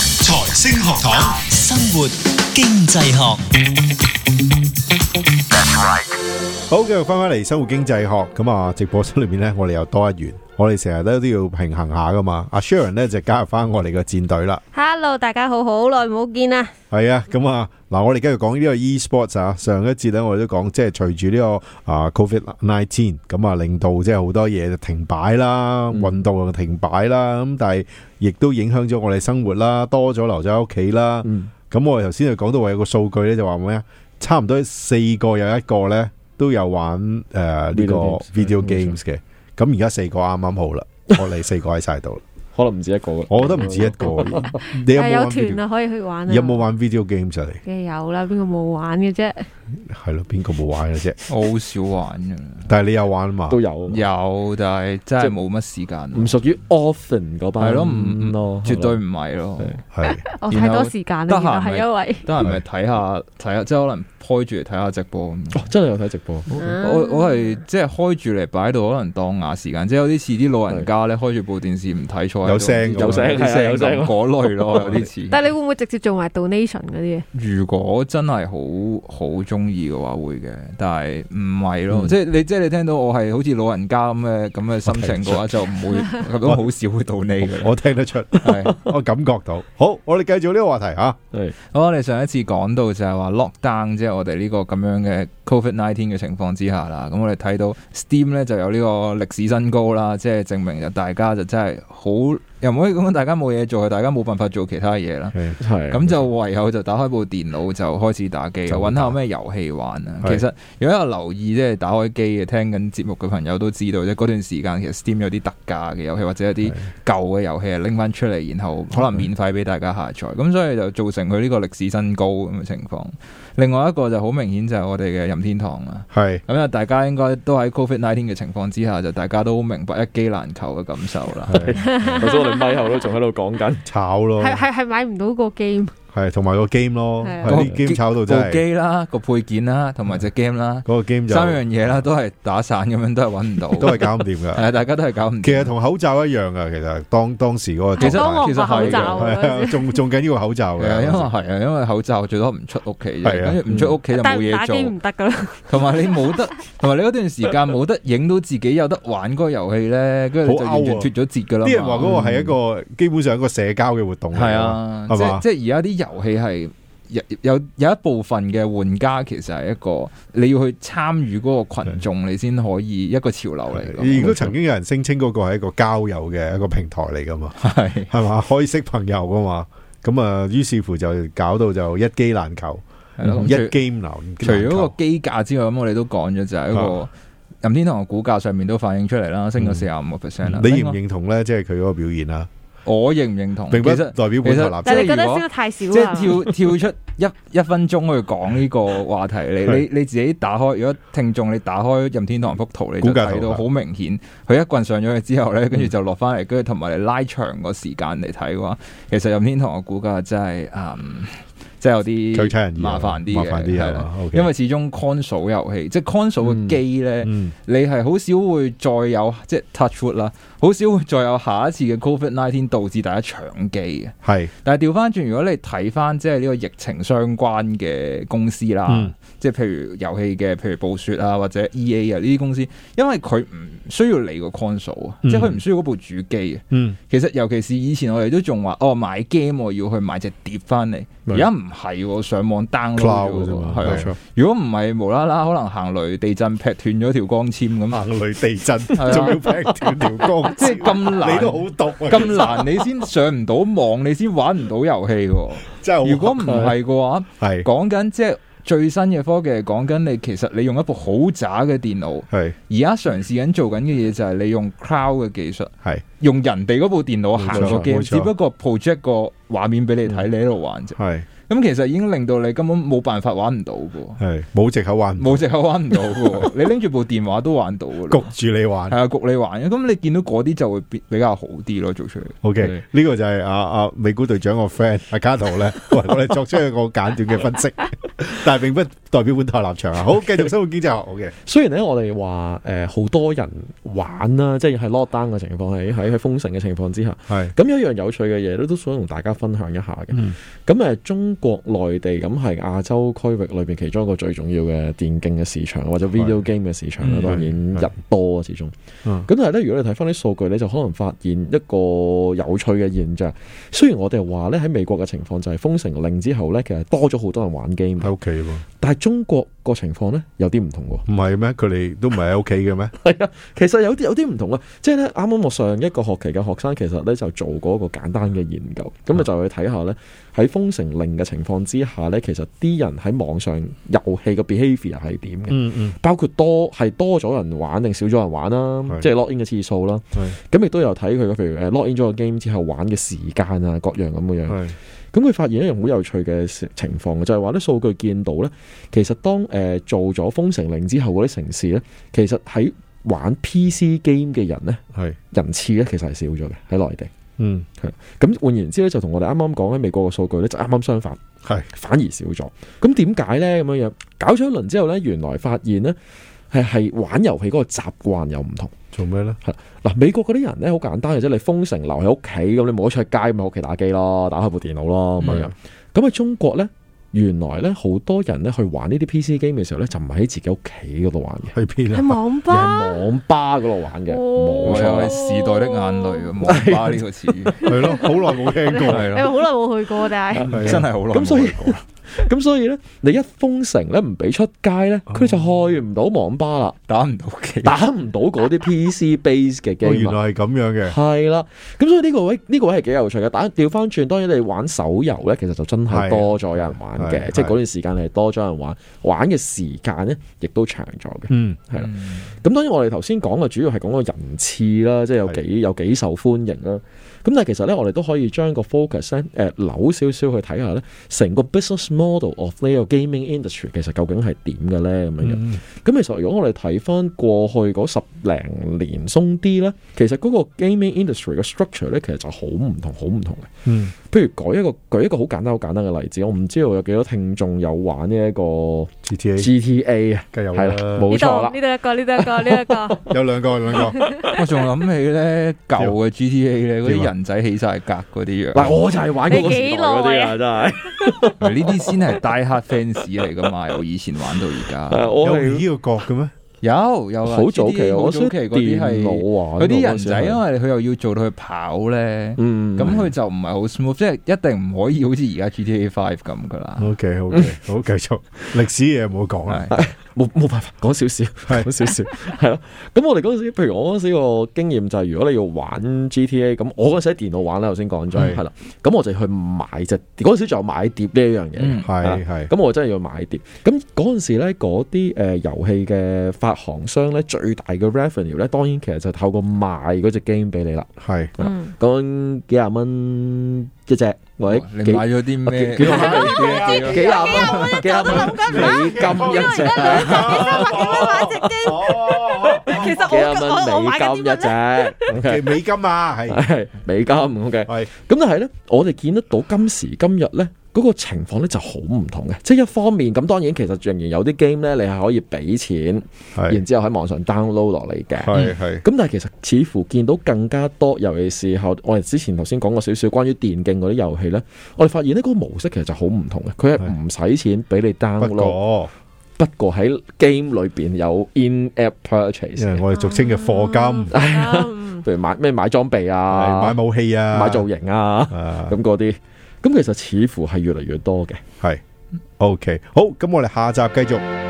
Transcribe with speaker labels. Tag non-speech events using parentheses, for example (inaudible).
Speaker 1: 星學堂，
Speaker 2: 生活經濟學，
Speaker 3: 好，繼續翻返嚟生活經濟學咁啊！直播室裏面呢，我哋又多一元，我哋成日咧都要平衡下噶嘛。阿 Sharon 呢，就加入翻我哋嘅戰隊啦。
Speaker 4: Hello，大家好，好耐冇見啦。
Speaker 3: 係啊，咁啊，嗱，我哋繼續講呢個 e-sports 啊。上一節咧，我哋都講，即係隨住呢個啊 Covid nineteen，咁啊，令到即係好多嘢就停擺啦，
Speaker 2: 嗯
Speaker 3: 運動又停擺啦，咁但係亦都影響咗我哋生活啦，多咗留咗喺屋企啦。
Speaker 2: 嗯，
Speaker 3: 咁我哋頭先就講到話有個數據咧，就話咩啊？差唔多四個有一個咧都有玩诶呢、個
Speaker 2: Video games，
Speaker 3: video
Speaker 2: 係
Speaker 3: games 嘅。咁而家四個啱啱好啦，我哋四個喺晒度啦。
Speaker 2: 可能唔止一個㗎
Speaker 3: 我覺得唔止一個，你有
Speaker 4: 係
Speaker 3: 冇
Speaker 4: 有
Speaker 3: 玩
Speaker 4: 團
Speaker 3: video？
Speaker 4: 啊，可以去玩啊。
Speaker 3: 有冇？玩 video games 啊？
Speaker 4: 梗係有啦，邊個冇玩嘅啫？ (laughs)
Speaker 3: 你係咯，邊個冇玩啊嘅啫？
Speaker 5: 我好少玩嘅，
Speaker 3: 但係你有玩嘛？
Speaker 6: 都有，
Speaker 5: 有但系真系冇乜時
Speaker 6: 唔
Speaker 5: 間，
Speaker 6: 屬於 often 嗰班
Speaker 5: 係咯唔
Speaker 6: 咯，
Speaker 5: 絕對
Speaker 6: 係咯
Speaker 5: 唔係咯，
Speaker 3: 係
Speaker 4: 我
Speaker 5: 然
Speaker 4: 太
Speaker 5: 後
Speaker 4: 多時間
Speaker 5: 得
Speaker 4: 啦，
Speaker 5: 閒
Speaker 4: 原來係
Speaker 5: 咪
Speaker 4: 因為
Speaker 5: 得閒咪睇下睇下，即係可能開住嚟睇下直播咁。
Speaker 6: 哦真係有睇直播，
Speaker 5: 我我係即係開住嚟擺喺度，可能當雅時間，即係有啲似啲老人家咧開住部電視唔睇錯喺度，
Speaker 3: 有聲咁
Speaker 6: 有聲
Speaker 5: 啲
Speaker 6: 係啊有
Speaker 5: 聲
Speaker 6: 聲
Speaker 5: 咁嗰類咯，有啲似。
Speaker 4: 但係你會唔會直接做埋 donation 嗰啲嘢？
Speaker 5: 如果真係好好中意嘅話，會嘅，但係唔係咯，
Speaker 6: 嗯
Speaker 5: 即係你即係你聽到我係好似老人家咁嘅咁嘅心情嘅話，就唔會咁樣好少會到你嘅啦
Speaker 3: 我聽得出，
Speaker 5: 係。
Speaker 3: 我感覺到。好，我哋繼續呢個話題吓。
Speaker 6: 係
Speaker 5: 好，我哋上一次講到就係話 lockdown，即係我哋呢個咁樣嘅 covid nineteen 嘅情況之下啦。咁我哋睇到 Steam 咧就有呢個歷史新高啦，即係證明就大家就真係好，又唔可以講大家冇嘢做，係大家冇辦法做其他嘢啦。
Speaker 3: 係
Speaker 6: 係
Speaker 1: 啊
Speaker 5: 咁就唯有就打開部電腦就開始打機，
Speaker 3: 就
Speaker 5: 揾下咩遊戲玩啊。其
Speaker 3: 係
Speaker 5: 實如果有留意即係打開機嘅聽緊節目嘅朋友都知道，即係嗰段時間其實 Steam 有啲特價嘅遊戲或者一啲舊嘅遊戲係拎翻出嚟，然後可
Speaker 3: 嗯
Speaker 5: 能免費俾大家下載，咁所以就造成佢呢個歷史新高咁嘅情況。另外一個就好明顯就係我哋嘅任天堂啦。
Speaker 3: 係
Speaker 5: 咁啊，大家應該都喺 Covid nineteen 嘅情況之下，就大家都明白一機難求嘅感受啦。
Speaker 6: 頭先我哋咪後都仲喺度講緊，
Speaker 3: 炒咯，
Speaker 4: 係係係買唔到個 game，
Speaker 3: 係同埋個 game 咯，
Speaker 4: 係
Speaker 3: 係
Speaker 4: 啊
Speaker 3: 啲 game 炒到真
Speaker 5: 部
Speaker 3: 係嗯
Speaker 5: 機啦、個配件啦、同埋隻 game 啦。
Speaker 3: 嗰個 game 就
Speaker 5: 三樣嘢啦，都係打散咁樣，都係揾唔到，
Speaker 3: (laughs) 都係搞唔掂㗎。
Speaker 5: (laughs) 係啊大家都係搞唔
Speaker 3: 其
Speaker 5: 掂
Speaker 3: 實。同口罩一樣噶，其實當當時嗰個
Speaker 5: 其實
Speaker 4: 當我
Speaker 5: 其
Speaker 4: 唔戴
Speaker 5: 實係
Speaker 4: 口罩嗰
Speaker 5: 嘅
Speaker 4: 陣
Speaker 3: 係
Speaker 4: 時
Speaker 3: 啊仲仲緊要個口罩
Speaker 5: 係啊，因為
Speaker 3: 嘅，
Speaker 5: 係啊，因為口罩最多唔出屋企啫，
Speaker 3: 係啊
Speaker 5: 跟住唔出屋企就冇
Speaker 4: 但係打
Speaker 5: 嘢
Speaker 4: 機
Speaker 5: 做，
Speaker 4: 唔得噶啦。
Speaker 5: 同埋你
Speaker 4: (laughs)
Speaker 5: 冇得，同埋你嗰段時間冇得影到自己有得玩嗰個遊戲咧，跟住你就
Speaker 3: 好 out 啊
Speaker 5: 完全脱咗節噶啦嘛。
Speaker 3: 啲人話嗰個係一個基本上一個社交嘅活動嚟㗎
Speaker 5: 係，啊，
Speaker 3: 係嘛
Speaker 5: 即即係而家啲遊戲係有有有一部分嘅玩家其實係一個你要去參與嗰個群眾，你先可以一個潮流嚟㗎
Speaker 3: 如果曾經有人聲稱嗰個係一個交友嘅一個平台嚟噶嘛，
Speaker 5: (laughs) 係
Speaker 3: 係嘛，可以識朋友噶嘛，咁啊，於是乎就搞到就一機難求，嗯
Speaker 5: 係咯。咁
Speaker 3: 一
Speaker 5: 最
Speaker 3: game 難
Speaker 5: 除咗個
Speaker 3: 求，嗯
Speaker 5: 機價之外，咁我哋都講咗就係一個
Speaker 3: 啊
Speaker 5: 任天堂嘅股價上面都反映出嚟啦，升咗
Speaker 3: 嗯
Speaker 5: 四廿五個 percent 啦。
Speaker 3: 你認唔
Speaker 5: 另外
Speaker 3: 認同咧？即係佢嗰個表現啦，
Speaker 5: 我認唔認同？其
Speaker 3: 並不代
Speaker 5: 實
Speaker 3: 表本台立
Speaker 5: 其實
Speaker 3: 場。
Speaker 4: 但係你覺得
Speaker 5: 如果
Speaker 4: 升得太少
Speaker 5: 即
Speaker 4: 啦。
Speaker 5: 係跳跳出一一分鐘去講呢個話題，你你
Speaker 3: 係
Speaker 5: 你自己打開，如果聽眾你打開任天堂幅圖，你就
Speaker 3: 股價圖啊嗯
Speaker 5: 睇到好明顯，佢一棍上咗去之後咧，跟住就落翻嚟，跟住同埋你拉長個時間嚟睇嘅話，其實任天堂嘅股價真係嗯，即係有
Speaker 3: 佢差人
Speaker 5: 啲
Speaker 3: 意啊
Speaker 5: 麻煩啲
Speaker 3: 麻
Speaker 5: 嘅，
Speaker 3: 煩啲
Speaker 5: 係
Speaker 3: 係
Speaker 5: 啦
Speaker 3: 嘛？OK，
Speaker 5: 因為始終 console 遊戲，即係 console 嘅機咧。
Speaker 3: 嗯
Speaker 5: 你係好少會再有即係 touch wood 啦，好少會再有下一次嘅 covid nineteen 導致大家搶機嘅。
Speaker 3: 係
Speaker 5: 但係調翻轉，如果你睇翻即係呢個疫情相關嘅公司啦，
Speaker 3: 嗯
Speaker 5: 即係譬如遊戲嘅，譬如暴雪啊或者 E.A. 啊呢啲公司，因為佢唔需要你個 console 啊、
Speaker 3: 嗯
Speaker 5: 即係佢唔需要嗰部主機啊。
Speaker 3: 嗯
Speaker 5: 其實尤其是以前我哋都仲話，哦買 game 我要去買隻碟翻嚟，
Speaker 3: 係
Speaker 5: 而家唔係喎，上網 download 咗
Speaker 3: cloud 啫
Speaker 5: 喎
Speaker 3: 嘛，
Speaker 5: 係啊
Speaker 3: 冇錯
Speaker 5: 如果唔係無啦啦，可能行雷地震劈斷咗條光纖咁啊，
Speaker 3: 行雷地
Speaker 5: (laughs)
Speaker 3: 震，
Speaker 5: 啊
Speaker 3: 仲要劈斷條光
Speaker 5: 即係
Speaker 3: 纖，
Speaker 5: 咁
Speaker 3: (laughs)
Speaker 5: 難
Speaker 3: 你都好毒啊！
Speaker 5: 咁難，你先上唔到網，你先玩唔到遊
Speaker 3: (laughs)
Speaker 5: 戲喎。
Speaker 3: 真係好
Speaker 5: 如果唔係嘅話，
Speaker 3: 係
Speaker 5: 講緊即係最新嘅科技係講緊你其實你用一部好渣嘅電腦，
Speaker 3: 係
Speaker 5: 而家嘗試緊做緊嘅嘢就係你用 cloud 嘅技術，
Speaker 3: 係
Speaker 5: 用人哋嗰部電腦行個
Speaker 3: 冇錯冇
Speaker 5: game，
Speaker 3: 錯嗯
Speaker 5: 只不過 project 個畫面俾你睇，你喺度玩啫。
Speaker 3: 係
Speaker 5: 咁其實已經令到你根本冇辦法玩唔到嘅，
Speaker 3: 係冇藉口玩，
Speaker 5: 冇藉口玩唔到嘅。
Speaker 3: (laughs)
Speaker 5: 你拎住部電話都玩到
Speaker 3: 焗
Speaker 5: 嘅，
Speaker 3: 住你玩
Speaker 5: 係。啊，焗你玩嘅。咁你見到嗰啲就會比比較好啲咯，做出嚟。
Speaker 3: OK，
Speaker 6: 係
Speaker 3: 呢
Speaker 5: (laughs)
Speaker 3: 個就係阿阿美股隊長個 friend 阿卡圖咧，為我哋作出一個簡短嘅分析。但系并不代表本台立場啊。好，繼續生活經濟學，好嘅，
Speaker 1: 雖然咧，我哋話誒好多人玩啦，即係係 lock down 嘅情況，喺喺喺封城嘅情況之下，
Speaker 3: 係
Speaker 1: 咁有一樣有趣嘅嘢咧，都想同大家分享一下嘅。
Speaker 3: 嗯
Speaker 1: 咁誒、中國內地咁係亞洲區域裏邊其中一個最重要嘅電競嘅市場，或者 video game 嘅市場啦。
Speaker 5: 嗯
Speaker 1: 當然
Speaker 3: 係
Speaker 1: 人多啊，始終。咁
Speaker 3: 嗯
Speaker 1: 但係咧，如果你睇翻啲數據咧，就可能發現一個有趣嘅現象。雖然我哋話咧喺美國嘅情況就係封城令之後咧，其實多咗好多人玩 game，
Speaker 3: 喺屋企喎，
Speaker 1: 但係中國個情況咧有啲唔同喎。
Speaker 3: 唔係咩？佢哋都唔係喺屋企嘅咩？
Speaker 1: 係啊，其實有啲有啲唔同啊，即係咧啱啱我上一個學期嘅學生其實咧就做過一個簡單嘅研究，咁啊就去睇下咧喺封城令嘅情況之下咧，其實啲人喺網上遊戲嘅 behaviour 係點嘅，
Speaker 3: 嗯嗯，
Speaker 1: 包括多係多咗人玩定少咗人玩啦
Speaker 3: 係，
Speaker 1: 即係 log in 嘅次數啦，
Speaker 3: 係
Speaker 1: 咁亦都有睇佢嘅譬如誒 log in 咗個 game 之後玩嘅時間啊各樣咁嘅樣。
Speaker 3: 係
Speaker 1: 咁佢發現一樣好有趣嘅事情況嘅，就係話咧數據見到咧，其實當誒、呃做咗封城令之後嗰啲城市咧，其實喺玩 PC game 嘅人咧
Speaker 3: 係，
Speaker 1: 人次咧其實係少咗嘅喺內地。
Speaker 3: 嗯
Speaker 1: 咁換言之咧，就同我哋啱啱講喺美國嘅數據咧，就啱啱相反，
Speaker 3: 係
Speaker 1: 反而少咗。咁點解咧？咁樣樣搞咗一輪之後咧，原來發現咧係係玩遊戲嗰個習慣又唔同。
Speaker 3: 做咩咧？
Speaker 1: 嗱，美國嗰啲人咧好簡單嘅啫，你封城留喺屋企，咁你冇得出街，咪喺屋企打機咯，打開部電腦咯
Speaker 3: 嗯
Speaker 1: 咁樣樣。咁喺中國咧，原來咧好多人咧去玩呢啲 PC game 嘅時候咧，就唔係喺自己屋企嗰度玩嘅，
Speaker 3: 去邊啊？啊
Speaker 4: 喺網
Speaker 1: 而
Speaker 4: 吧，
Speaker 1: 係網吧嗰度玩嘅。
Speaker 4: 哦
Speaker 1: 冇
Speaker 5: 我
Speaker 1: 錯
Speaker 5: 又
Speaker 1: 啦
Speaker 5: 係時代的眼淚啊！網吧呢個詞
Speaker 1: (laughs)
Speaker 5: 語
Speaker 3: 係咯，好耐冇聽過，
Speaker 5: 係
Speaker 4: 你
Speaker 5: 咯
Speaker 4: 咪好耐冇去過，但係
Speaker 3: 係啊
Speaker 5: 真係好耐
Speaker 1: 咁所以
Speaker 5: 冇去過啦。
Speaker 3: 啊
Speaker 1: 咁所以咧，你一封城咧唔俾出街咧，佢哋就
Speaker 3: 哦
Speaker 1: 去唔到網吧啦，
Speaker 5: 打唔到機，
Speaker 1: 打唔到嗰啲 PC base 嘅
Speaker 3: 哦
Speaker 1: game 啊
Speaker 3: 原
Speaker 1: 啦。
Speaker 3: 來係咁樣嘅，
Speaker 1: 係啦，咁所以呢個位呢、個位係幾有趣嘅。但係調翻轉，當然你玩手遊咧，其實就真係多咗有人玩
Speaker 3: 啊係啊係
Speaker 1: 嘅，即係嗰段時間你係多咗人玩，玩嘅時間咧亦都長咗嘅。
Speaker 3: 嗯
Speaker 1: 係啦，
Speaker 5: 嗯
Speaker 1: 咁當然我哋頭先講嘅主要係講個人次啦，即係有幾有幾受歡迎啦。咁但係其實咧，我哋都可以將個 focus 咧、呃、扭少少去睇下咧，成個 business model of 呢個 gaming industry 其實究竟係點嘅咧咁樣樣。
Speaker 3: 嗯
Speaker 1: 咁其實如果我哋睇翻過去嗰十零年鬆啲咧，其實嗰個 gaming industry 嘅 structure 咧，其實就好唔同，好唔同嘅。
Speaker 3: 嗯，
Speaker 1: 譬如舉一個舉一個好簡單、好簡單嘅例子，我唔知道有幾多聽眾有玩呢一個
Speaker 3: GTA
Speaker 1: GTA 啊，
Speaker 3: 梗有
Speaker 1: 係啦，
Speaker 3: 啦，
Speaker 1: 冇
Speaker 4: 呢
Speaker 1: 錯啦
Speaker 4: 度，呢度一個，呢度一個，
Speaker 5: (laughs)
Speaker 4: 呢一個，
Speaker 3: 有兩個有兩個，
Speaker 5: 我仲諗起咧舊
Speaker 1: (laughs)
Speaker 5: 嘅 GTA 咧，嗰
Speaker 3: 點
Speaker 5: 啲
Speaker 3: 啊
Speaker 5: 人仔起晒格嗰啲樣。
Speaker 1: 嗱，我就係玩嗰個
Speaker 4: 你幾
Speaker 1: 時代
Speaker 6: 嗰啲啊，真係
Speaker 5: 呢啲先係 die hard fans 嚟噶嘛？由以前玩到而
Speaker 6: 誒
Speaker 1: (laughs)
Speaker 5: 家，
Speaker 6: 我
Speaker 3: 有
Speaker 6: 係
Speaker 3: 呢個角嘅咩？
Speaker 5: 有有啊
Speaker 1: 好早期
Speaker 5: GTA
Speaker 1: 啊，
Speaker 5: 好
Speaker 1: 我
Speaker 5: 早
Speaker 1: 想
Speaker 5: 期嗰
Speaker 1: 電腦
Speaker 5: 啲係
Speaker 1: 玩
Speaker 5: 嗰
Speaker 1: 喎
Speaker 5: 啲人仔，
Speaker 1: 嗰時
Speaker 5: 因
Speaker 1: 係
Speaker 5: 為佢又要做到去跑咧，
Speaker 1: 嗯，
Speaker 5: 咁佢就唔係好 smooth，即係一定唔可以好似而家 GTA Five 咁噶啦。
Speaker 3: OK OK，好繼續歷史嘢唔好講啦，
Speaker 5: 係
Speaker 1: 冇冇辦法講少少，
Speaker 3: 係
Speaker 1: 講少少，係咯。咁我哋嗰陣時，譬如我嗰陣時個經驗就係，如果你要玩 GTA，咁我嗰陣時喺電腦玩啦，頭先講
Speaker 3: 係
Speaker 1: 咗係啦。咁我就去買隻，嗰陣時仲有買碟呢一樣嘢。
Speaker 5: 嗯
Speaker 3: 係係
Speaker 1: 咁我真係要買碟。咁嗰陣時咧，嗰啲誒遊戲嘅發行商咧，最大嘅 revenue 咧，當然其實就係透過賣嗰只 game 俾你啦。
Speaker 3: 係，
Speaker 4: 嗯，
Speaker 1: 講幾廿蚊一隻，或者
Speaker 5: 你
Speaker 1: 幾
Speaker 5: 買咗啲咩？
Speaker 1: 幾
Speaker 5: 幾
Speaker 1: 幾
Speaker 5: (laughs) 多
Speaker 1: 幾廿蚊、幾廿蚊美金一隻。
Speaker 3: 哦，
Speaker 4: 其實
Speaker 1: 幾
Speaker 4: 我
Speaker 1: 廿
Speaker 4: 我
Speaker 1: 蚊
Speaker 4: 我買
Speaker 1: 美
Speaker 4: 緊啊
Speaker 1: 金
Speaker 4: 啲
Speaker 1: 一
Speaker 4: 乜咧？
Speaker 1: 隻，OK，
Speaker 3: 美金啊，係
Speaker 1: 係美金，OK。
Speaker 3: 係
Speaker 1: 咁但係咧，我哋見得到今時今日咧，嗰、個情況咧就好唔同嘅。即係一方面，咁當然其實仍然有啲 game 咧，你係可以俾錢，
Speaker 3: 係
Speaker 1: 然之後喺網上 download 落嚟嘅。咁
Speaker 3: 係係
Speaker 1: 但係其實似乎見到更加多，尤其是後我哋之前頭先講過少少關於電競嗰啲遊戲咧，我哋發現呢個模式其實就好唔同嘅。佢係唔使錢俾你
Speaker 3: 不
Speaker 1: download，
Speaker 3: 過，
Speaker 1: 不過喺 game 裏邊有 in app purchase
Speaker 3: 因
Speaker 1: 嘅
Speaker 3: 為我哋俗稱嘅貨金，
Speaker 4: 金，
Speaker 1: 譬如買咩買裝備啊，
Speaker 3: 係買武器啊，
Speaker 1: 買造型啊，
Speaker 3: 啊，
Speaker 1: 咁嗰啲，咁其實似乎係越嚟越多嘅。
Speaker 3: 係 OK，好，咁我哋下集繼續。